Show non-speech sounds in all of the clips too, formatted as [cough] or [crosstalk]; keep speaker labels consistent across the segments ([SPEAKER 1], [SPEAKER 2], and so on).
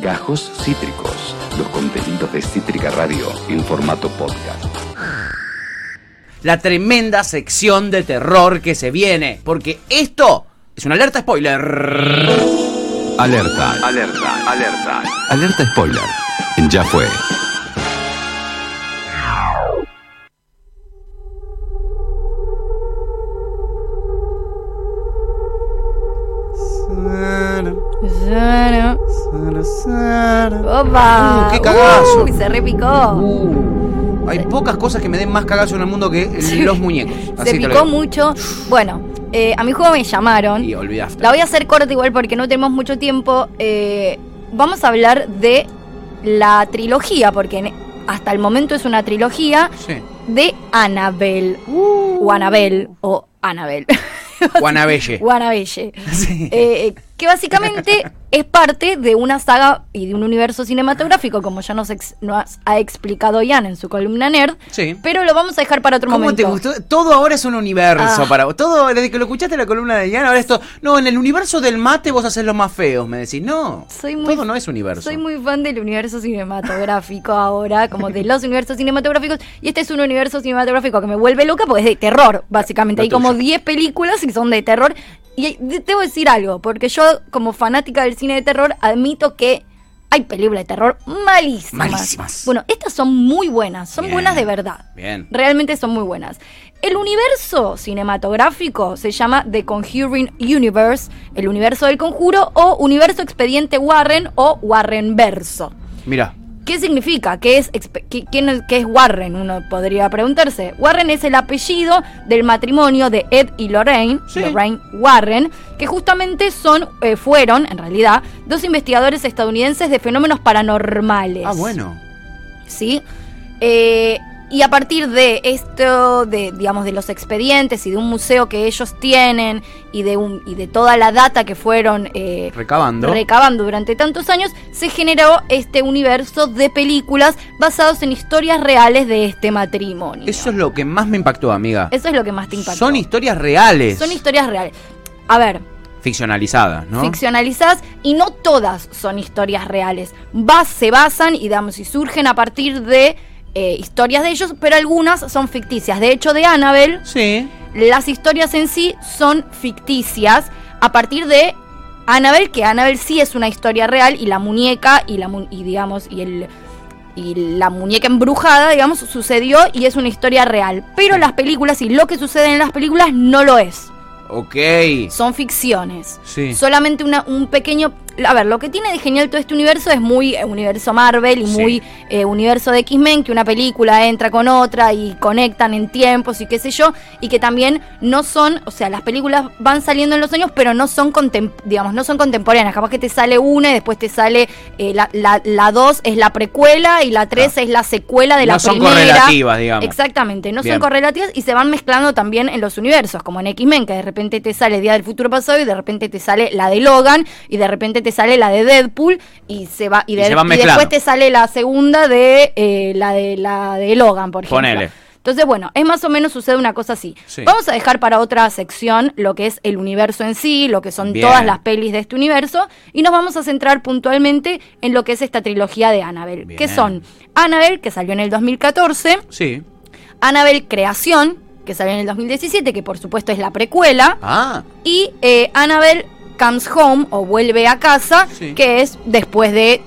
[SPEAKER 1] Gajos Cítricos. Los contenidos de Cítrica Radio en formato podcast.
[SPEAKER 2] La tremenda sección de terror que se viene. Porque esto es una alerta spoiler.
[SPEAKER 1] Alerta, alerta, alerta. Alerta spoiler. En Ya fue.
[SPEAKER 3] Claro.
[SPEAKER 2] Uh,
[SPEAKER 3] ¡Opa!
[SPEAKER 2] qué cagazo.
[SPEAKER 3] Uy, se repicó.
[SPEAKER 2] Uh, hay pocas cosas que me den más cagazo en el mundo que
[SPEAKER 3] [laughs]
[SPEAKER 2] los muñecos.
[SPEAKER 3] Se
[SPEAKER 2] Así te lo digo.
[SPEAKER 3] picó mucho. Bueno, eh, a mi juego me llamaron.
[SPEAKER 2] Y olvidaste.
[SPEAKER 3] La voy a hacer corta igual porque no tenemos mucho tiempo. Eh, vamos a hablar de la trilogía, porque en- hasta el momento es una trilogía [laughs]
[SPEAKER 2] Sí.
[SPEAKER 3] de Annabelle.
[SPEAKER 2] Uh.
[SPEAKER 3] O Annabelle. O Annabelle. [laughs]
[SPEAKER 2] Guanabelle.
[SPEAKER 3] o Annabelle.
[SPEAKER 2] [laughs] Sí.
[SPEAKER 3] Eh, que básicamente es parte de una saga y de un universo cinematográfico, como ya nos, ex- nos ha explicado Ian en su columna Nerd.
[SPEAKER 2] Sí.
[SPEAKER 3] Pero lo vamos a dejar para otro
[SPEAKER 2] ¿Cómo
[SPEAKER 3] momento.
[SPEAKER 2] te gustó? Todo ahora es un universo
[SPEAKER 3] Ah.
[SPEAKER 2] para vos. Todo, desde que lo escuchaste en la columna de Diana, ahora esto. No, en el universo del mate vos haces los más feos, me decís. No.
[SPEAKER 3] Soy muy-
[SPEAKER 2] todo no es universo.
[SPEAKER 3] Soy muy fan del universo cinematográfico ahora, como de los universos cinematográficos. Y este es un universo cinematográfico que me vuelve loca porque es de terror, básicamente.
[SPEAKER 2] Lo
[SPEAKER 3] Hay como
[SPEAKER 2] tuyo.
[SPEAKER 3] 10 películas y son de terror. Y hay- de- debo decir algo, porque yo, como fanática del cine de terror, admito que hay películas de terror malísimas.
[SPEAKER 2] Malísimas.
[SPEAKER 3] Bueno, estas son muy buenas, son
[SPEAKER 2] Bien.
[SPEAKER 3] buenas de verdad.
[SPEAKER 2] Bien.
[SPEAKER 3] Realmente son muy buenas. El universo cinematográfico se llama The Conjuring Universe, el universo del conjuro o universo expediente Warren o Warren Verso.
[SPEAKER 2] Mira.
[SPEAKER 3] ¿Qué significa? ¿Qué es, exp- qué- quién es- qué es Warren? Uno podría preguntarse. Warren es el apellido del matrimonio de Ed y Lorraine,
[SPEAKER 2] Sí.
[SPEAKER 3] Lorraine Warren, que justamente son, eh, fueron, en realidad, dos investigadores estadounidenses de fenómenos paranormales.
[SPEAKER 2] Ah, bueno.
[SPEAKER 3] ¿sí? Eh, y a partir de esto, de, digamos, de los expedientes y de un museo que ellos tienen y de, un, y de toda la data que fueron eh,
[SPEAKER 2] Recabando.
[SPEAKER 3] recabando durante tantos años, se generó este universo de películas basados en historias reales de este matrimonio.
[SPEAKER 2] Eso es lo que más me impactó, amiga.
[SPEAKER 3] Eso es lo que más te impactó.
[SPEAKER 2] Son historias reales.
[SPEAKER 3] Son historias reales. A ver,
[SPEAKER 2] ficcionalizadas, ¿no?
[SPEAKER 3] ficcionalizadas y no todas son historias reales. Va- se basan y, digamos, y surgen a partir de eh, historias de ellos, pero algunas son ficticias. De hecho, de Annabelle,
[SPEAKER 2] Sí.
[SPEAKER 3] las historias en sí son ficticias a partir de Annabelle, que Annabelle sí es una historia real y la muñeca y la mu- y digamos y el y la muñeca embrujada, digamos, sucedió y es una historia real. Pero las películas y lo que sucede en las películas no lo es
[SPEAKER 2] Ok.
[SPEAKER 3] son ficciones.
[SPEAKER 2] Sí.
[SPEAKER 3] Solamente una, un pequeño... A ver, lo que tiene de genial todo este universo es muy eh, universo Marvel y
[SPEAKER 2] Sí.
[SPEAKER 3] muy eh, universo de X-Men, que una película entra con otra y conectan en tiempos y qué sé yo, y que también no son, o sea, las películas van saliendo en los años, pero no son, contem- digamos, no son contemporáneas. Capaz que te sale una y después te sale eh, la- la la 2 es la precuela y la 3 es la secuela de
[SPEAKER 2] Ah. no
[SPEAKER 3] la
[SPEAKER 2] son
[SPEAKER 3] primera.
[SPEAKER 2] correlativas, digamos.
[SPEAKER 3] Exactamente, no
[SPEAKER 2] Bien.
[SPEAKER 3] son correlativas y se van mezclando también en los universos, como en X-Men, que de repente te sale Día del Futuro Pasado y de repente te sale la de Logan y de repente te sale la de Deadpool y se va y, de-
[SPEAKER 2] Y se van
[SPEAKER 3] y
[SPEAKER 2] mezclando.
[SPEAKER 3] después te sale la segunda de eh, la de la de Logan, por ejemplo.
[SPEAKER 2] Ponele.
[SPEAKER 3] Entonces, bueno, es más o menos sucede una cosa así.
[SPEAKER 2] Sí.
[SPEAKER 3] Vamos a dejar para otra sección lo que es el universo en sí, lo que son
[SPEAKER 2] Bien.
[SPEAKER 3] todas las pelis de este universo, y nos vamos a centrar puntualmente en lo que es esta trilogía de Annabelle, que
[SPEAKER 2] Bien.
[SPEAKER 3] son Annabelle, que salió en el 2014,
[SPEAKER 2] Sí.
[SPEAKER 3] Annabelle Creación, que salió en el 2017, que por supuesto es la precuela,
[SPEAKER 2] Ah.
[SPEAKER 3] y eh, Annabelle Comes Home o Vuelve a Casa,
[SPEAKER 2] Sí.
[SPEAKER 3] que es después de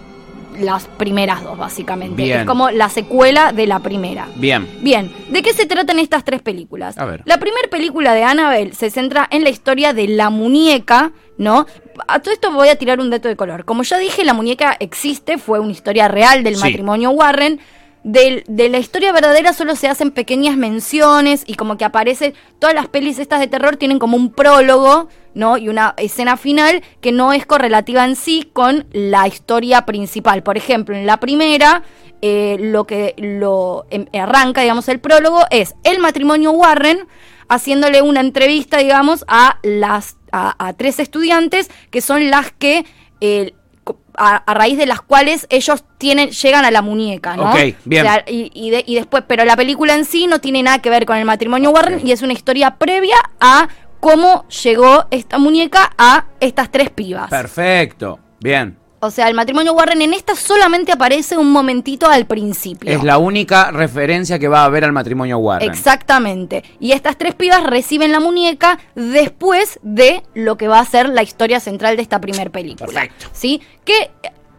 [SPEAKER 3] las primeras dos, básicamente.
[SPEAKER 2] Bien.
[SPEAKER 3] Es como la secuela de la primera.
[SPEAKER 2] Bien.
[SPEAKER 3] Bien, ¿de qué se tratan estas tres películas?
[SPEAKER 2] A ver.
[SPEAKER 3] La primera película de Annabelle se centra en la historia de la muñeca, ¿no? A todo esto voy a tirar un dato de color. Como ya dije, la muñeca existe, fue una historia real del
[SPEAKER 2] Sí.
[SPEAKER 3] matrimonio Warren. Del- de la historia verdadera solo se hacen pequeñas menciones y como que aparece, todas las pelis estas de terror tienen como un prólogo, ¿no? Y una escena final que no es correlativa en sí con la historia principal. Por ejemplo, en la primera, eh, lo que lo em- arranca, digamos, el prólogo es el matrimonio Warren haciéndole una entrevista, digamos, a las a, a tres estudiantes que son las que eh, co- a, a raíz de las cuales ellos tienen llegan a la muñeca, ¿no?
[SPEAKER 2] Ok, bien.
[SPEAKER 3] O sea, y, y de- y después, pero la película en sí no tiene nada que ver con el matrimonio Warren y es una historia previa a cómo llegó esta muñeca a estas tres pibas.
[SPEAKER 2] Perfecto. Bien.
[SPEAKER 3] O sea, el matrimonio Warren en esta solamente aparece un momentito al principio.
[SPEAKER 2] Es la única referencia que va a haber al matrimonio Warren.
[SPEAKER 3] Exactamente. Y estas tres pibas reciben la muñeca después de lo que va a ser la historia central de esta primer película.
[SPEAKER 2] Perfecto.
[SPEAKER 3] ¿Sí? Que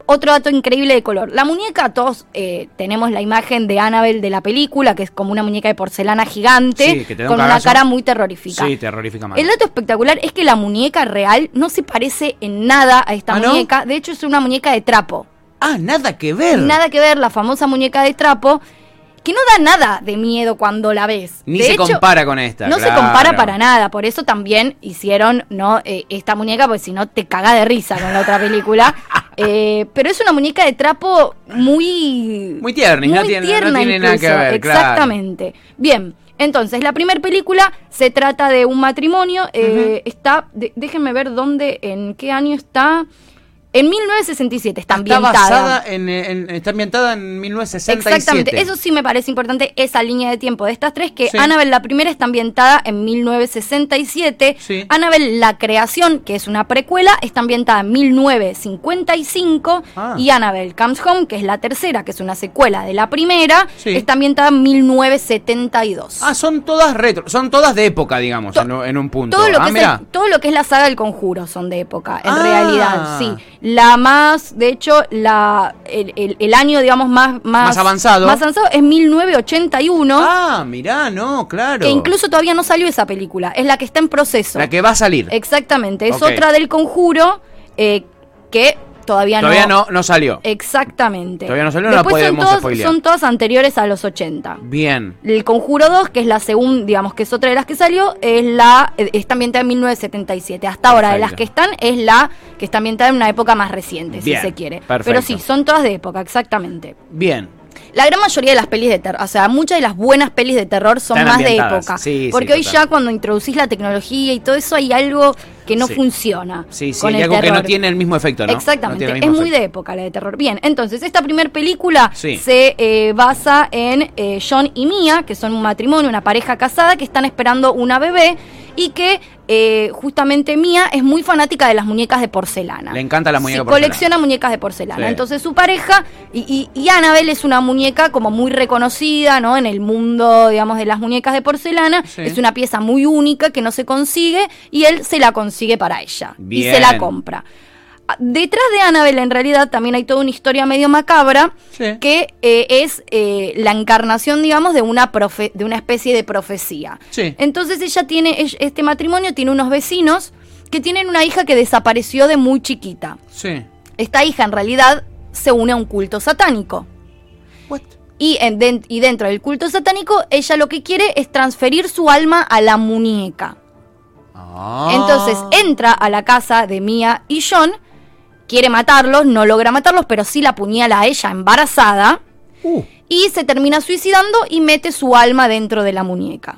[SPEAKER 3] otro dato increíble de color. La muñeca, todos eh, tenemos la imagen de Annabelle de la película, que es como una muñeca de porcelana gigante,
[SPEAKER 2] Sí, que te da un
[SPEAKER 3] con una
[SPEAKER 2] cagazo.
[SPEAKER 3] cara muy terrorífica.
[SPEAKER 2] Sí, terrorífica mal.
[SPEAKER 3] El dato espectacular es que la muñeca real no se parece en nada a esta
[SPEAKER 2] ¿Ah, no?
[SPEAKER 3] muñeca. De hecho, es una muñeca de trapo.
[SPEAKER 2] Ah, nada que ver.
[SPEAKER 3] Nada que ver, la famosa muñeca de trapo, que no da nada de miedo cuando la ves.
[SPEAKER 2] Ni
[SPEAKER 3] De
[SPEAKER 2] se
[SPEAKER 3] hecho,
[SPEAKER 2] compara con esta.
[SPEAKER 3] No se
[SPEAKER 2] claro.
[SPEAKER 3] compara para nada, por eso también hicieron no Eh, esta muñeca, porque si no te caga de risa con la
[SPEAKER 2] [laughs]
[SPEAKER 3] otra película. Eh, pero es una muñeca de trapo muy...
[SPEAKER 2] Muy tierna, y no tiene- no tiene nada que ver, claro.
[SPEAKER 3] Exactamente. Bien, entonces la primera película se trata de un matrimonio. eh, Está, de- déjenme ver dónde, en qué año está. En 1967 está
[SPEAKER 2] Está
[SPEAKER 3] ambientada.
[SPEAKER 2] basada en, en- está ambientada en 1967.
[SPEAKER 3] Exactamente, eso sí me parece importante, esa línea de tiempo de estas tres, que
[SPEAKER 2] Sí.
[SPEAKER 3] Annabelle la primera está ambientada en 1967,
[SPEAKER 2] Sí.
[SPEAKER 3] Annabelle la creación, que es una precuela, está ambientada en 1955,
[SPEAKER 2] Ah.
[SPEAKER 3] y Annabelle Comes Home, que es la tercera, que es una secuela de la primera,
[SPEAKER 2] Sí.
[SPEAKER 3] está ambientada en 1972.
[SPEAKER 2] Ah, son todas retro, son todas de época, digamos, en, un- en un punto.
[SPEAKER 3] Todo lo,
[SPEAKER 2] ah,
[SPEAKER 3] que es
[SPEAKER 2] mirá.
[SPEAKER 3] el- todo lo que es la saga del conjuro son de época, en
[SPEAKER 2] Ah.
[SPEAKER 3] realidad, sí. La más, de hecho, la, el, el- el año, digamos, más, más,
[SPEAKER 2] Más avanzado.
[SPEAKER 3] Más avanzado es 1981.
[SPEAKER 2] Ah, mirá, no, claro.
[SPEAKER 3] Que incluso todavía no salió esa película, es la que está en proceso.
[SPEAKER 2] La que va a salir.
[SPEAKER 3] Eh, Exactamente, es
[SPEAKER 2] Ok.
[SPEAKER 3] otra del conjuro eh, que todavía,
[SPEAKER 2] Todavía no, no salió.
[SPEAKER 3] Eh, Exactamente.
[SPEAKER 2] Todavía no salió, no la
[SPEAKER 3] Después
[SPEAKER 2] podemos
[SPEAKER 3] son, todas,
[SPEAKER 2] spoilear.
[SPEAKER 3] son todas anteriores a los 80.
[SPEAKER 2] Bien.
[SPEAKER 3] El Conjuro 2, que es la segunda, digamos que es otra de las que salió, es la eh, está ambientada en 1977. Hasta ahora, de las que
[SPEAKER 2] Perfecto.
[SPEAKER 3] están, es la que está ambientada en una época más reciente,
[SPEAKER 2] Bien,
[SPEAKER 3] si se quiere. Pero
[SPEAKER 2] perfecto.
[SPEAKER 3] sí, son todas de época, exactamente.
[SPEAKER 2] Bien.
[SPEAKER 3] La gran mayoría de las pelis de terror, o sea, muchas de las buenas pelis de terror son
[SPEAKER 2] Están
[SPEAKER 3] más de
[SPEAKER 2] ambientadas,
[SPEAKER 3] época.
[SPEAKER 2] sí, sí,
[SPEAKER 3] porque hoy
[SPEAKER 2] total.
[SPEAKER 3] ya cuando introducís la tecnología y todo eso hay algo que no
[SPEAKER 2] Sí.
[SPEAKER 3] funciona.
[SPEAKER 2] Sí, sí,
[SPEAKER 3] con
[SPEAKER 2] y
[SPEAKER 3] el
[SPEAKER 2] algo que
[SPEAKER 3] terror.
[SPEAKER 2] no tiene el mismo efecto, ¿no?
[SPEAKER 3] Exactamente, es muy de época la de terror. Bien, entonces esta primera película
[SPEAKER 2] Sí.
[SPEAKER 3] se eh, basa en eh, John y Mia, que son un matrimonio, una pareja casada que están esperando una bebé y que eh, justamente Mia es muy fanática de las muñecas de porcelana.
[SPEAKER 2] Le encanta la muñeca
[SPEAKER 3] Sí,
[SPEAKER 2] de porcelana.
[SPEAKER 3] Colecciona muñecas de porcelana.
[SPEAKER 2] Sí.
[SPEAKER 3] Entonces su pareja y, y, y Annabelle es una muñeca como muy reconocida, ¿no? En el mundo, digamos, de las muñecas de porcelana.
[SPEAKER 2] Sí.
[SPEAKER 3] Es una pieza muy única que no se consigue y él se la consigue para ella y se
[SPEAKER 2] Bien.
[SPEAKER 3] la compra. Ah, Detrás de Annabelle, en realidad, también hay toda una historia medio macabra
[SPEAKER 2] Sí.
[SPEAKER 3] que eh, es eh, la encarnación, digamos, de una, profe- de una especie de profecía.
[SPEAKER 2] Sí.
[SPEAKER 3] Entonces ella tiene, ell- este matrimonio tiene unos vecinos que tienen una hija que desapareció de muy chiquita.
[SPEAKER 2] Sí.
[SPEAKER 3] Esta hija, en realidad, se une a un culto satánico.
[SPEAKER 2] What?
[SPEAKER 3] Y, en- den- y dentro del culto satánico, ella lo que quiere es transferir su alma a la muñeca.
[SPEAKER 2] Ah.
[SPEAKER 3] Entonces entra a la casa de Mia y John, quiere matarlos, no logra matarlos, pero sí la apuñala a ella embarazada
[SPEAKER 2] Uh,
[SPEAKER 3] y se termina suicidando y mete su alma dentro de la muñeca.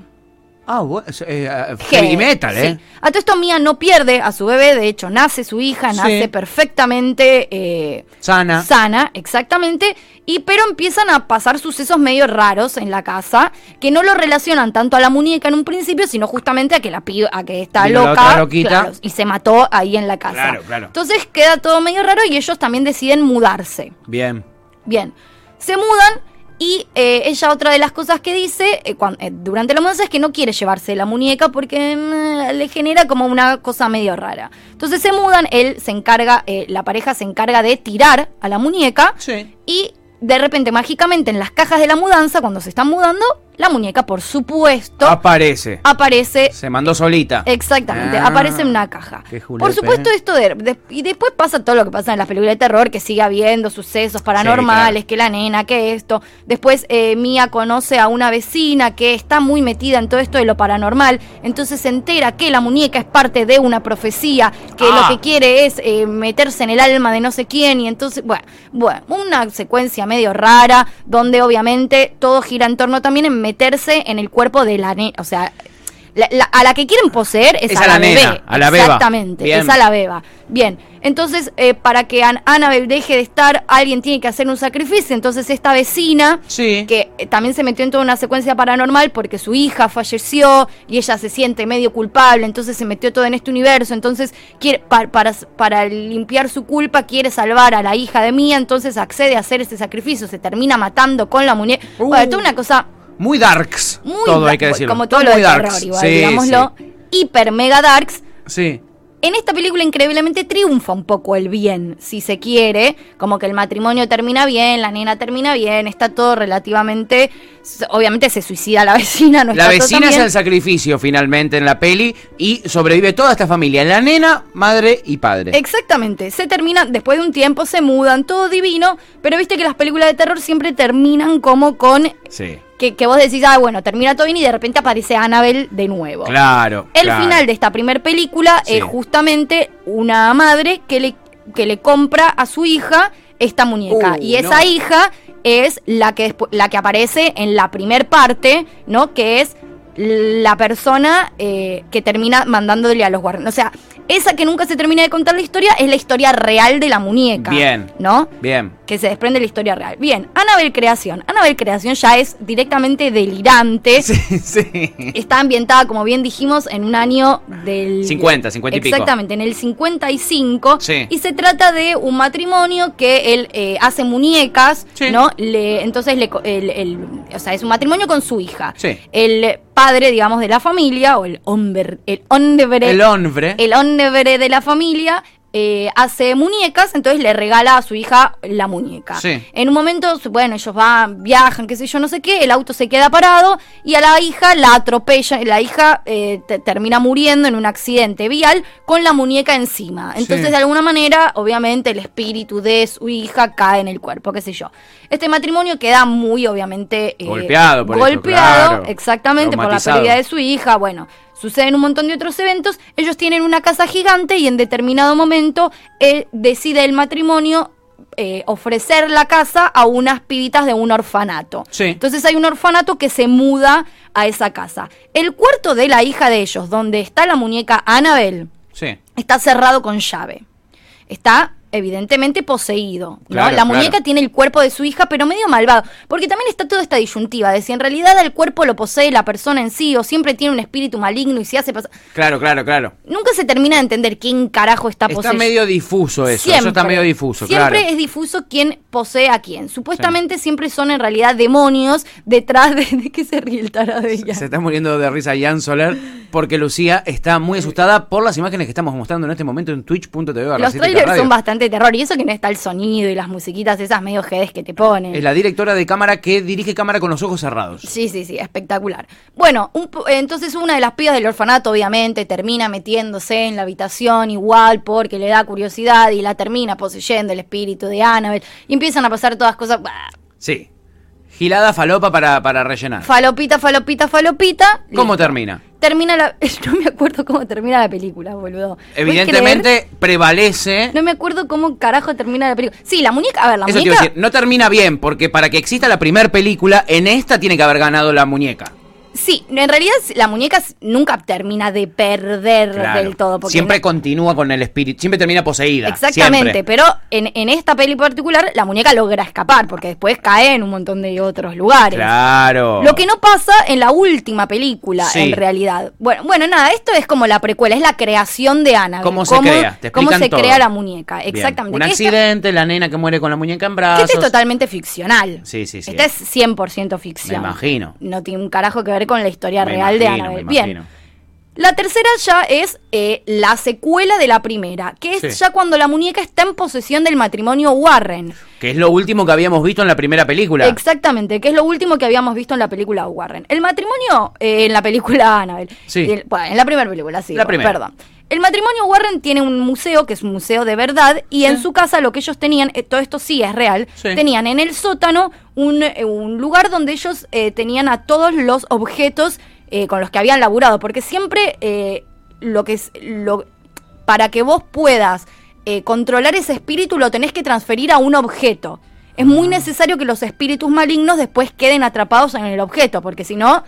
[SPEAKER 2] ah, bueno, es, eh, eh, heavy metal, ¿eh?
[SPEAKER 3] Sí. A todo esto Mia no pierde a su bebé, de hecho nace su hija,
[SPEAKER 2] Sí. Ah.
[SPEAKER 3] nace perfectamente eh,
[SPEAKER 2] Sana.
[SPEAKER 3] sana, exactamente, y pero empiezan a pasar sucesos medio raros en la casa que no lo relacionan tanto a la muñeca en un principio, sino justamente a que la piba, a que está
[SPEAKER 2] Vino la
[SPEAKER 3] loca
[SPEAKER 2] otra loquita.
[SPEAKER 3] claro, y se mató ahí en la casa.
[SPEAKER 2] Claro, claro.
[SPEAKER 3] Entonces queda todo medio raro y ellos también deciden mudarse.
[SPEAKER 2] Bien.
[SPEAKER 3] Bien, se mudan y eh, ella otra de las cosas que dice eh, cuan- eh, durante la mudanza es que no quiere llevarse la muñeca porque mm, le genera como una cosa medio rara. Entonces se mudan, él se encarga, eh, la pareja se encarga de tirar a la muñeca
[SPEAKER 2] Sí.
[SPEAKER 3] y de repente mágicamente en las cajas de la mudanza, cuando se están mudando, la muñeca por supuesto
[SPEAKER 2] Ah. Aparece.
[SPEAKER 3] aparece
[SPEAKER 2] Se mandó solita.
[SPEAKER 3] Exactamente,
[SPEAKER 2] Ah,
[SPEAKER 3] aparece en una caja.
[SPEAKER 2] qué julepe,
[SPEAKER 3] Por supuesto,
[SPEAKER 2] ¿eh?
[SPEAKER 3] esto de, de- Y después pasa todo lo que pasa en las películas de terror, que sigue habiendo sucesos paranormales, que la nena, que esto. Después eh, Mía conoce a una vecina que está muy metida en todo esto de lo paranormal. Entonces se entera que la muñeca es parte de una profecía, que
[SPEAKER 2] Ah.
[SPEAKER 3] lo que quiere es eh, meterse en el alma de no sé quién. Y entonces, bueno, bueno, una secuencia medio rara, donde obviamente todo gira en torno también en meterse en el cuerpo de la nena. O sea. La- la- a la que quieren poseer es,
[SPEAKER 2] Es
[SPEAKER 3] a,
[SPEAKER 2] a
[SPEAKER 3] la,
[SPEAKER 2] la
[SPEAKER 3] bebé.
[SPEAKER 2] nena, a la beba.
[SPEAKER 3] Exactamente,
[SPEAKER 2] Bien.
[SPEAKER 3] es a la beba. Bien, entonces eh, para que An- Annabelle deje de estar, alguien tiene que hacer un sacrificio. Entonces esta vecina,
[SPEAKER 2] Sí.
[SPEAKER 3] que eh, también se metió en toda una secuencia paranormal porque su hija falleció y ella se siente medio culpable, entonces se metió todo en este universo, entonces quiere, pa- para, para limpiar su culpa quiere salvar a la hija de Mía, entonces accede a hacer ese sacrificio, se termina matando con la muñeca.
[SPEAKER 2] Uh.
[SPEAKER 3] Bueno, toda una cosa
[SPEAKER 2] Muy darks.
[SPEAKER 3] muy
[SPEAKER 2] todo
[SPEAKER 3] dark,
[SPEAKER 2] hay que decirlo.
[SPEAKER 3] como todo
[SPEAKER 2] Muy
[SPEAKER 3] lo de
[SPEAKER 2] darks.
[SPEAKER 3] terror, igual,
[SPEAKER 2] Sí,
[SPEAKER 3] digámoslo, hiper mega darks.
[SPEAKER 2] Sí. sí.
[SPEAKER 3] En esta película increíblemente triunfa un poco el bien, si se quiere, como que el matrimonio termina bien, la nena termina bien, está todo relativamente, obviamente se suicida la [laughs] vecina, no
[SPEAKER 2] La
[SPEAKER 3] está todo
[SPEAKER 2] vecina
[SPEAKER 3] tan
[SPEAKER 2] es
[SPEAKER 3] bien.
[SPEAKER 2] el sacrificio finalmente en la peli y sobrevive toda esta familia. La nena, madre y padre.
[SPEAKER 3] Exactamente, se termina, después de un tiempo se mudan, todo divino, pero viste que las películas de terror siempre terminan como con
[SPEAKER 2] sí.
[SPEAKER 3] que, que vos decís, ah, bueno, termina todo bien y de repente aparece Annabelle de nuevo.
[SPEAKER 2] Claro.
[SPEAKER 3] El
[SPEAKER 2] claro.
[SPEAKER 3] final de esta primer película
[SPEAKER 2] Sí.
[SPEAKER 3] es justamente una madre que le, que le compra a su hija esta muñeca.
[SPEAKER 2] Uh,
[SPEAKER 3] y esa
[SPEAKER 2] no.
[SPEAKER 3] hija es la que, despu- la que aparece en la primer parte, ¿no? Que es la persona eh, que termina mandándole a los guardianes. O sea, esa que nunca se termina de contar la historia es la historia real de la muñeca.
[SPEAKER 2] Bien.
[SPEAKER 3] ¿No? [laughs]
[SPEAKER 2] Bien.
[SPEAKER 3] que se desprende de la historia real. Bien, Anabel Creación. Anabel Creación ya es directamente delirante.
[SPEAKER 2] Sí, sí.
[SPEAKER 3] Está ambientada, como bien dijimos, en un año del...
[SPEAKER 2] 50, 50 y pico.
[SPEAKER 3] Exactamente, en el 55.
[SPEAKER 2] Sí.
[SPEAKER 3] Y se trata de un matrimonio que él eh, hace muñecas,
[SPEAKER 2] Sí.
[SPEAKER 3] ¿no? Le, entonces, le, co- el- el- o sea, es un matrimonio con su hija.
[SPEAKER 2] Sí.
[SPEAKER 3] El padre, digamos, de la familia, o el hombre... El hombre
[SPEAKER 2] El hombre.
[SPEAKER 3] el hombre de la familia eh, hace muñecas, entonces le regala a su hija la muñeca.
[SPEAKER 2] Sí.
[SPEAKER 3] En un momento, su- bueno, ellos van, viajan, qué sé yo, no sé qué, el auto se queda parado y a la hija la atropella, la hija eh, te- termina muriendo en un accidente vial con la muñeca encima. Entonces,
[SPEAKER 2] Sí.
[SPEAKER 3] de alguna manera, obviamente, el espíritu de su hija cae en el cuerpo, qué sé yo. Este matrimonio queda muy, obviamente, eh,
[SPEAKER 2] Golpeado por esto,
[SPEAKER 3] golpeado,
[SPEAKER 2] claro.
[SPEAKER 3] exactamente, por la
[SPEAKER 2] Traumatizado.
[SPEAKER 3] pérdida de su hija, bueno, suceden un montón de otros eventos, ellos tienen una casa gigante y en determinado momento eh, decide el matrimonio eh, ofrecer la casa a unas pibitas de un orfanato.
[SPEAKER 2] Sí.
[SPEAKER 3] Entonces hay un orfanato que se muda a esa casa. El cuarto de la hija de ellos, donde está la muñeca Annabel,
[SPEAKER 2] Sí.
[SPEAKER 3] está cerrado con llave. Está evidentemente poseído. ¿no?
[SPEAKER 2] Claro,
[SPEAKER 3] la
[SPEAKER 2] claro.
[SPEAKER 3] muñeca tiene el cuerpo de su hija, pero medio malvado. Porque también está toda esta disyuntiva de si en realidad el cuerpo lo posee la persona en sí, o siempre tiene un espíritu maligno y se hace pasar.
[SPEAKER 2] Claro, claro, claro.
[SPEAKER 3] Nunca se termina de entender quién carajo está
[SPEAKER 2] Está
[SPEAKER 3] poseído.
[SPEAKER 2] medio difuso eso. Eso está medio difuso,
[SPEAKER 3] Siempre
[SPEAKER 2] claro.
[SPEAKER 3] es difuso quién posee a quién. Supuestamente siempre son en realidad demonios detrás de, de que se ríe el tarado de ella.
[SPEAKER 2] Se está muriendo de risa Jan Soler porque Lucía está muy asustada por las imágenes que estamos mostrando en este momento en twitch.tv. barra
[SPEAKER 3] Los
[SPEAKER 2] 7K
[SPEAKER 3] trailers
[SPEAKER 2] Radio.
[SPEAKER 3] son bastante de terror. Y eso que no está el sonido y las musiquitas esas medio jedes que te ponen.
[SPEAKER 2] Es la directora de cámara que dirige cámara con los ojos cerrados.
[SPEAKER 3] Sí, sí, sí, espectacular. Bueno, un po- eh, entonces una de las pibas del orfanato, obviamente, termina metiéndose en la habitación igual porque le da curiosidad y la termina poseyendo el espíritu de Annabel. Y empiezan a pasar todas cosas. bah,
[SPEAKER 2] Sí. Gilada falopa para, para rellenar.
[SPEAKER 3] Falopita, falopita, falopita.
[SPEAKER 2] ¿Cómo
[SPEAKER 3] Listo.
[SPEAKER 2] termina?
[SPEAKER 3] Termina la. [laughs] No me acuerdo cómo termina la película, boludo. ¿Puedes creer?
[SPEAKER 2] Evidentemente prevalece.
[SPEAKER 3] No me acuerdo cómo carajo termina la película. Sí, la muñeca. A ver, la
[SPEAKER 2] Eso te iba
[SPEAKER 3] muñeca.
[SPEAKER 2] a decir, no termina bien, porque para que exista la primera película, en esta tiene que haber ganado la muñeca.
[SPEAKER 3] Sí, en realidad la muñeca nunca termina de perder
[SPEAKER 2] Claro.
[SPEAKER 3] del todo. Porque
[SPEAKER 2] siempre
[SPEAKER 3] no-
[SPEAKER 2] continúa con el espíritu, siempre termina poseída.
[SPEAKER 3] Exactamente,
[SPEAKER 2] siempre.
[SPEAKER 3] pero en, en esta peli particular la muñeca logra escapar porque después cae en un montón de otros lugares.
[SPEAKER 2] Claro.
[SPEAKER 3] Lo que no pasa en la última película,
[SPEAKER 2] Sí.
[SPEAKER 3] en realidad. Bueno, bueno, nada, esto es como la precuela, es la creación de Ana.
[SPEAKER 2] ¿Cómo se crea? Te
[SPEAKER 3] cómo
[SPEAKER 2] explican
[SPEAKER 3] se
[SPEAKER 2] todo.
[SPEAKER 3] crea la muñeca,
[SPEAKER 2] Bien.
[SPEAKER 3] exactamente.
[SPEAKER 2] Un
[SPEAKER 3] Que esta-
[SPEAKER 2] accidente, la nena que muere con la muñeca en
[SPEAKER 3] que
[SPEAKER 2] brazos.
[SPEAKER 3] este es totalmente ficcional.
[SPEAKER 2] Sí, sí, sí.
[SPEAKER 3] Esta es 100% ficción.
[SPEAKER 2] Me imagino.
[SPEAKER 3] No tiene un carajo que ver con la historia
[SPEAKER 2] Me
[SPEAKER 3] real de
[SPEAKER 2] imagino,
[SPEAKER 3] Annabelle.
[SPEAKER 2] me
[SPEAKER 3] Bien.
[SPEAKER 2] imagino.
[SPEAKER 3] La tercera ya es eh, la secuela de la primera, que es
[SPEAKER 2] Sí.
[SPEAKER 3] ya cuando la muñeca está en posesión del matrimonio Warren.
[SPEAKER 2] Que es lo último que habíamos visto en la primera película.
[SPEAKER 3] Exactamente, que es lo último que habíamos visto en la película Warren. El matrimonio eh, en la película [laughs] Annabelle.
[SPEAKER 2] Sí.
[SPEAKER 3] Y el- bueno, en la primera película, sí.
[SPEAKER 2] La
[SPEAKER 3] bueno,
[SPEAKER 2] primera.
[SPEAKER 3] Perdón. El matrimonio Warren tiene un museo, que es un museo de verdad, y en su casa lo que ellos tenían, eh, todo esto sí es real,
[SPEAKER 2] Sí.
[SPEAKER 3] tenían en el sótano un, eh, un lugar donde ellos eh, tenían a todos los objetos eh, con los que habían laburado, porque siempre eh, lo que es... Lo, para que vos puedas eh, controlar ese espíritu lo tenés que transferir a un objeto. Es
[SPEAKER 2] Ah.
[SPEAKER 3] muy necesario que los espíritus malignos después queden atrapados en el objeto, porque si no,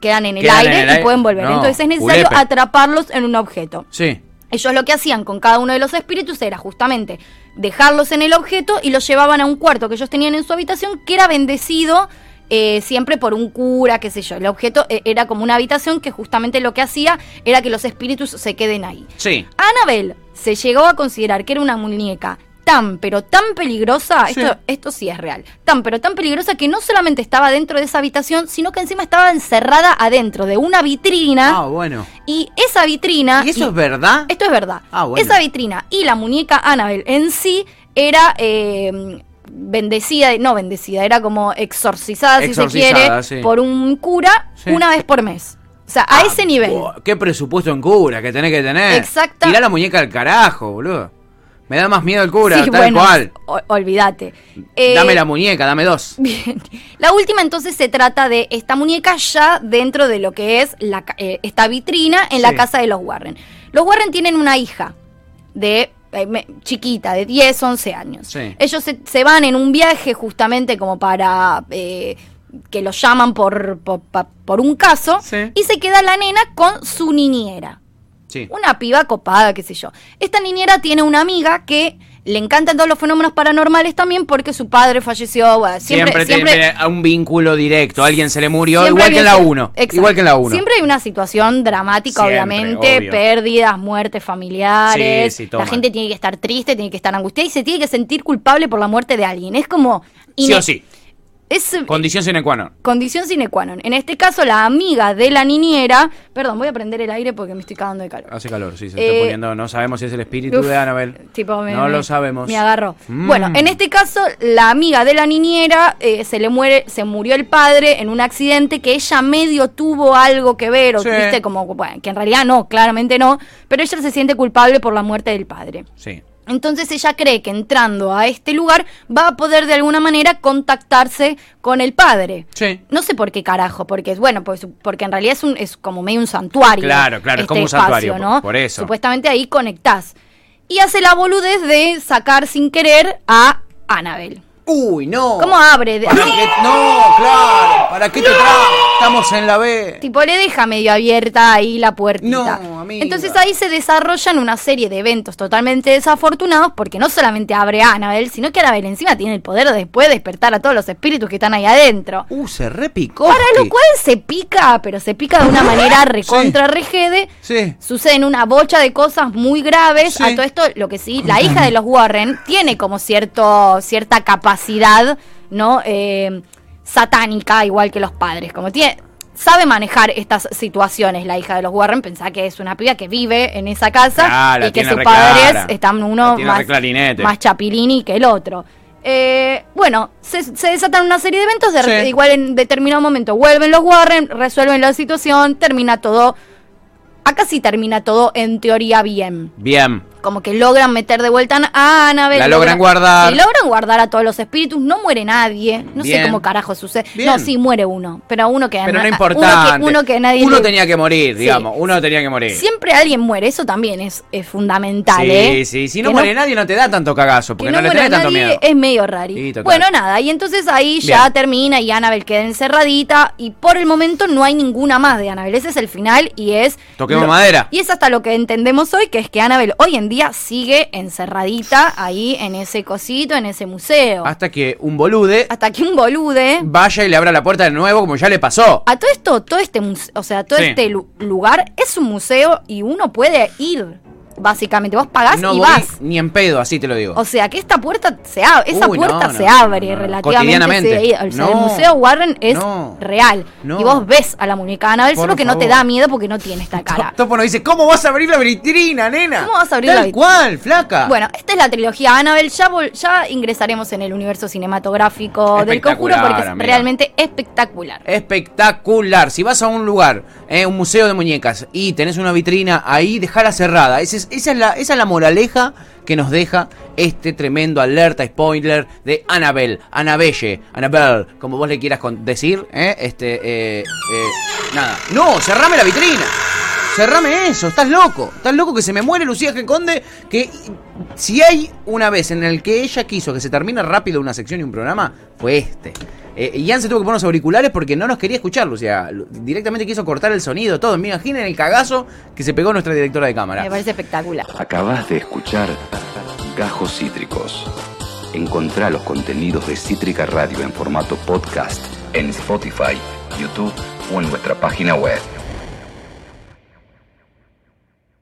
[SPEAKER 3] quedan en el,
[SPEAKER 2] Quedan en
[SPEAKER 3] aire,
[SPEAKER 2] el aire.
[SPEAKER 3] y pueden volver.
[SPEAKER 2] No,
[SPEAKER 3] Entonces es necesario
[SPEAKER 2] julepe.
[SPEAKER 3] atraparlos en un objeto.
[SPEAKER 2] Sí.
[SPEAKER 3] Ellos lo que hacían con cada uno de los espíritus era justamente dejarlos en el objeto y los llevaban a un cuarto que ellos tenían en su habitación que era bendecido eh, siempre por un cura, qué sé yo. El objeto eh, era como una habitación que justamente lo que hacía era que los espíritus se queden ahí.
[SPEAKER 2] Sí.
[SPEAKER 3] Anabel se llegó a considerar que era una muñeca tan, pero tan peligrosa,
[SPEAKER 2] Sí.
[SPEAKER 3] Esto, esto sí es real, tan, pero tan peligrosa que no solamente estaba dentro de esa habitación, sino que encima estaba encerrada adentro de una vitrina.
[SPEAKER 2] Ah, bueno.
[SPEAKER 3] Y esa vitrina...
[SPEAKER 2] ¿Y eso
[SPEAKER 3] ah, y-
[SPEAKER 2] es verdad?
[SPEAKER 3] esto es verdad.
[SPEAKER 2] Ah, bueno.
[SPEAKER 3] Esa vitrina y la muñeca Annabelle en sí era eh, bendecida, no bendecida, era como exorcizada, si se
[SPEAKER 2] Exorcizada,
[SPEAKER 3] quiere,
[SPEAKER 2] sí.
[SPEAKER 3] por un cura
[SPEAKER 2] Sí.
[SPEAKER 3] una vez por mes. O sea, a
[SPEAKER 2] Ah,
[SPEAKER 3] ese nivel.
[SPEAKER 2] buah, Qué presupuesto en cura que tenés que tener.
[SPEAKER 3] Exacta-
[SPEAKER 2] Tirá la muñeca al carajo, boludo. Me da más miedo el cura,
[SPEAKER 3] Sí,
[SPEAKER 2] tal
[SPEAKER 3] bueno,
[SPEAKER 2] cual.
[SPEAKER 3] o- olvídate. Eh,
[SPEAKER 2] dame la muñeca, dame dos.
[SPEAKER 3] [laughs] Bien. La última entonces se trata de esta muñeca ya dentro de lo que es la ca- eh, esta vitrina en la
[SPEAKER 2] Sí.
[SPEAKER 3] casa de los Warren. Los Warren tienen una hija de eh, me- chiquita, de 10, 11 años.
[SPEAKER 2] Sí.
[SPEAKER 3] Ellos se, se van en un viaje justamente como para eh, que los llaman por, por, pa- por un caso
[SPEAKER 2] Sí.
[SPEAKER 3] y se queda la nena con su niñera.
[SPEAKER 2] Sí.
[SPEAKER 3] Una piba copada, qué sé yo. Esta niñera tiene una amiga que le encantan todos los fenómenos paranormales también porque su padre falleció. bueno, siempre,
[SPEAKER 2] Siempre,
[SPEAKER 3] siempre,
[SPEAKER 2] tiene a un vínculo directo. Alguien se le murió,
[SPEAKER 3] siempre
[SPEAKER 2] igual
[SPEAKER 3] hay
[SPEAKER 2] que, en
[SPEAKER 3] un-
[SPEAKER 2] la uno,
[SPEAKER 3] Exacto.
[SPEAKER 2] igual que en la 1.
[SPEAKER 3] Siempre hay una situación dramática,
[SPEAKER 2] Siempre,
[SPEAKER 3] obviamente.
[SPEAKER 2] obvio.
[SPEAKER 3] Pérdidas, muertes familiares.
[SPEAKER 2] Sí, sí, toma.
[SPEAKER 3] la gente tiene que estar triste, tiene que estar angustiada y se tiene que sentir culpable por la muerte de alguien. Es como.
[SPEAKER 2] Sí o
[SPEAKER 3] ine-
[SPEAKER 2] sí.
[SPEAKER 3] Es
[SPEAKER 2] Condición sine qua non.
[SPEAKER 3] condición sine qua non. En este caso, la amiga de la niñera. Perdón, voy a prender el aire porque me estoy cagando de calor.
[SPEAKER 2] Hace calor, sí, se
[SPEAKER 3] Eh,
[SPEAKER 2] está poniendo. No sabemos si es el espíritu
[SPEAKER 3] Uf,
[SPEAKER 2] de Anabel.
[SPEAKER 3] tipo, me-
[SPEAKER 2] no
[SPEAKER 3] me-
[SPEAKER 2] lo sabemos.
[SPEAKER 3] Me agarró.
[SPEAKER 2] Mm.
[SPEAKER 3] Bueno, en este caso, la amiga de la niñera eh, se le muere, se murió el padre en un accidente que ella medio tuvo algo que ver, o
[SPEAKER 2] Sí.
[SPEAKER 3] viste, como bueno, que en realidad no, claramente no, pero ella se siente culpable por la muerte del padre.
[SPEAKER 2] Sí.
[SPEAKER 3] Entonces ella cree que entrando a este lugar va a poder de alguna manera contactarse con el padre.
[SPEAKER 2] Sí.
[SPEAKER 3] No sé por qué carajo, porque es bueno, pues, porque en realidad es, un, es como medio un santuario. este
[SPEAKER 2] Claro, claro, es como un santuario, por- por eso.
[SPEAKER 3] Supuestamente ahí conectás. Y hace la boludez de sacar sin querer a Anabel.
[SPEAKER 2] Uy, Oh. no.
[SPEAKER 3] ¿Cómo abre? De-
[SPEAKER 2] ¿Para qué? No, claro. ¿Para qué te traes? Estamos en la B.
[SPEAKER 3] Tipo, le deja medio abierta ahí la puertita.
[SPEAKER 2] No, amiga.
[SPEAKER 3] Entonces ahí se desarrollan una serie de eventos totalmente desafortunados porque no solamente abre a Anabel, sino que Anabel encima tiene el poder de después despertar a todos los espíritus que están ahí adentro.
[SPEAKER 2] Uh, se repicó.
[SPEAKER 3] Para lo cual se pica, pero se pica
[SPEAKER 2] Ah,
[SPEAKER 3] de una manera recontra rejede.
[SPEAKER 2] Sí.
[SPEAKER 3] Suceden una bocha de cosas muy graves.
[SPEAKER 2] Sí.
[SPEAKER 3] A todo esto, lo que sí, la hija de los Warren tiene como cierto, cierta capacidad, ¿no? Eh, satánica, igual que los padres. Como tiene. Sabe manejar estas situaciones la hija de los Warren. Pensá que es una piba que vive en esa casa
[SPEAKER 2] Claro, la
[SPEAKER 3] y que
[SPEAKER 2] tiene
[SPEAKER 3] sus
[SPEAKER 2] re
[SPEAKER 3] padres
[SPEAKER 2] clara.
[SPEAKER 3] están uno
[SPEAKER 2] La tiene
[SPEAKER 3] más,
[SPEAKER 2] re clarinete.
[SPEAKER 3] más chapilini que el otro. Eh, bueno, se, se desatan una serie de eventos. de-
[SPEAKER 2] Sí.
[SPEAKER 3] Igual en determinado momento vuelven los Warren, resuelven la situación, termina todo Acá sí termina todo en teoría bien.
[SPEAKER 2] Bien.
[SPEAKER 3] Como que logran meter de vuelta a Annabelle.
[SPEAKER 2] La logran guardar.
[SPEAKER 3] Sí, logran guardar a todos los espíritus. No muere nadie. No
[SPEAKER 2] Bien.
[SPEAKER 3] sé cómo carajo sucede.
[SPEAKER 2] Bien.
[SPEAKER 3] No, sí, muere uno. Pero uno que
[SPEAKER 2] Pero no
[SPEAKER 3] uno que-
[SPEAKER 2] importa.
[SPEAKER 3] Uno que, nadie.
[SPEAKER 2] Uno
[SPEAKER 3] le-
[SPEAKER 2] tenía que morir,
[SPEAKER 3] Sí.
[SPEAKER 2] digamos. Uno tenía que morir.
[SPEAKER 3] Siempre alguien muere. Eso también es, es fundamental,
[SPEAKER 2] sí,
[SPEAKER 3] ¿eh?
[SPEAKER 2] sí. Si no
[SPEAKER 3] Que
[SPEAKER 2] muere nadie, no te da tanto cagazo. Porque
[SPEAKER 3] que
[SPEAKER 2] no, le
[SPEAKER 3] muera
[SPEAKER 2] tenés tanto
[SPEAKER 3] nadie
[SPEAKER 2] miedo.
[SPEAKER 3] Es medio raro.
[SPEAKER 2] Sí, total.
[SPEAKER 3] Bueno, nada, y entonces ahí ya
[SPEAKER 2] Bien.
[SPEAKER 3] termina y Annabel queda encerradita y por el momento no hay ninguna más de Annabel. Ese es el final y es...
[SPEAKER 2] Toquemos
[SPEAKER 3] lo-
[SPEAKER 2] madera.
[SPEAKER 3] Y es hasta lo que entendemos hoy, que es que Annabel hoy en día sigue encerradita ahí en ese cosito, en ese museo. Hasta,
[SPEAKER 2] Hasta que un bolude
[SPEAKER 3] que un bolude...
[SPEAKER 2] vaya y le abra la puerta de nuevo, como ya le pasó.
[SPEAKER 3] A todo esto, todo este museo, o sea, todo
[SPEAKER 2] Sí.
[SPEAKER 3] este lu- lugar es un museo y uno puede ir, básicamente. Vos pagás
[SPEAKER 2] No
[SPEAKER 3] y
[SPEAKER 2] voy
[SPEAKER 3] vas.
[SPEAKER 2] ni en pedo, así te lo digo.
[SPEAKER 3] O sea, que esta puerta se abre, esa
[SPEAKER 2] Uy, no,
[SPEAKER 3] puerta
[SPEAKER 2] no,
[SPEAKER 3] se
[SPEAKER 2] no,
[SPEAKER 3] abre
[SPEAKER 2] no, no.
[SPEAKER 3] relativamente.
[SPEAKER 2] Cotidianamente.
[SPEAKER 3] sí, o sea, el
[SPEAKER 2] No.
[SPEAKER 3] Museo Warren es
[SPEAKER 2] No.
[SPEAKER 3] real.
[SPEAKER 2] No.
[SPEAKER 3] Y vos ves a la muñeca Anabel,
[SPEAKER 2] Por
[SPEAKER 3] solo que no te
[SPEAKER 2] favor.
[SPEAKER 3] da miedo porque no tiene esta cara.
[SPEAKER 2] Topo nos dice, ¿cómo vas a abrir la vitrina, nena?
[SPEAKER 3] ¿Cómo vas a abrir
[SPEAKER 2] Tal
[SPEAKER 3] la vitrina?
[SPEAKER 2] cual, flaca.
[SPEAKER 3] Bueno, esta es la trilogía Anabel. Ya, vol- ya ingresaremos en el universo cinematográfico del conjuro
[SPEAKER 2] Espectacular,
[SPEAKER 3] porque es
[SPEAKER 2] amiga.
[SPEAKER 3] realmente espectacular.
[SPEAKER 2] Espectacular. Si vas a un lugar, eh, un museo de muñecas, y tenés una vitrina ahí, dejala cerrada. Ese es- esa, es la, esa es la moraleja que nos deja este tremendo alerta spoiler de Annabelle, Annabelle, Annabelle, como vos le quieras con- decir. eh, este, eh, eh, nada. No, cerrame la vitrina. Cerrame eso, estás loco. Estás loco que se me muere Lucía G. Conde. Que si hay una vez en el que ella quiso que se termine rápido una sección y un programa, fue este. Eh, y Ian se tuvo que poner los auriculares porque no nos quería escuchar, Lucía. Lu- Directamente quiso cortar el sonido, todo. Me imaginen el cagazo que se pegó nuestra directora de
[SPEAKER 3] Me
[SPEAKER 2] cámara.
[SPEAKER 3] parece espectacular.
[SPEAKER 1] Acabas de escuchar Gajos Cítricos. Encontrá los contenidos de Cítrica Radio en formato podcast en Spotify, YouTube o en nuestra página web.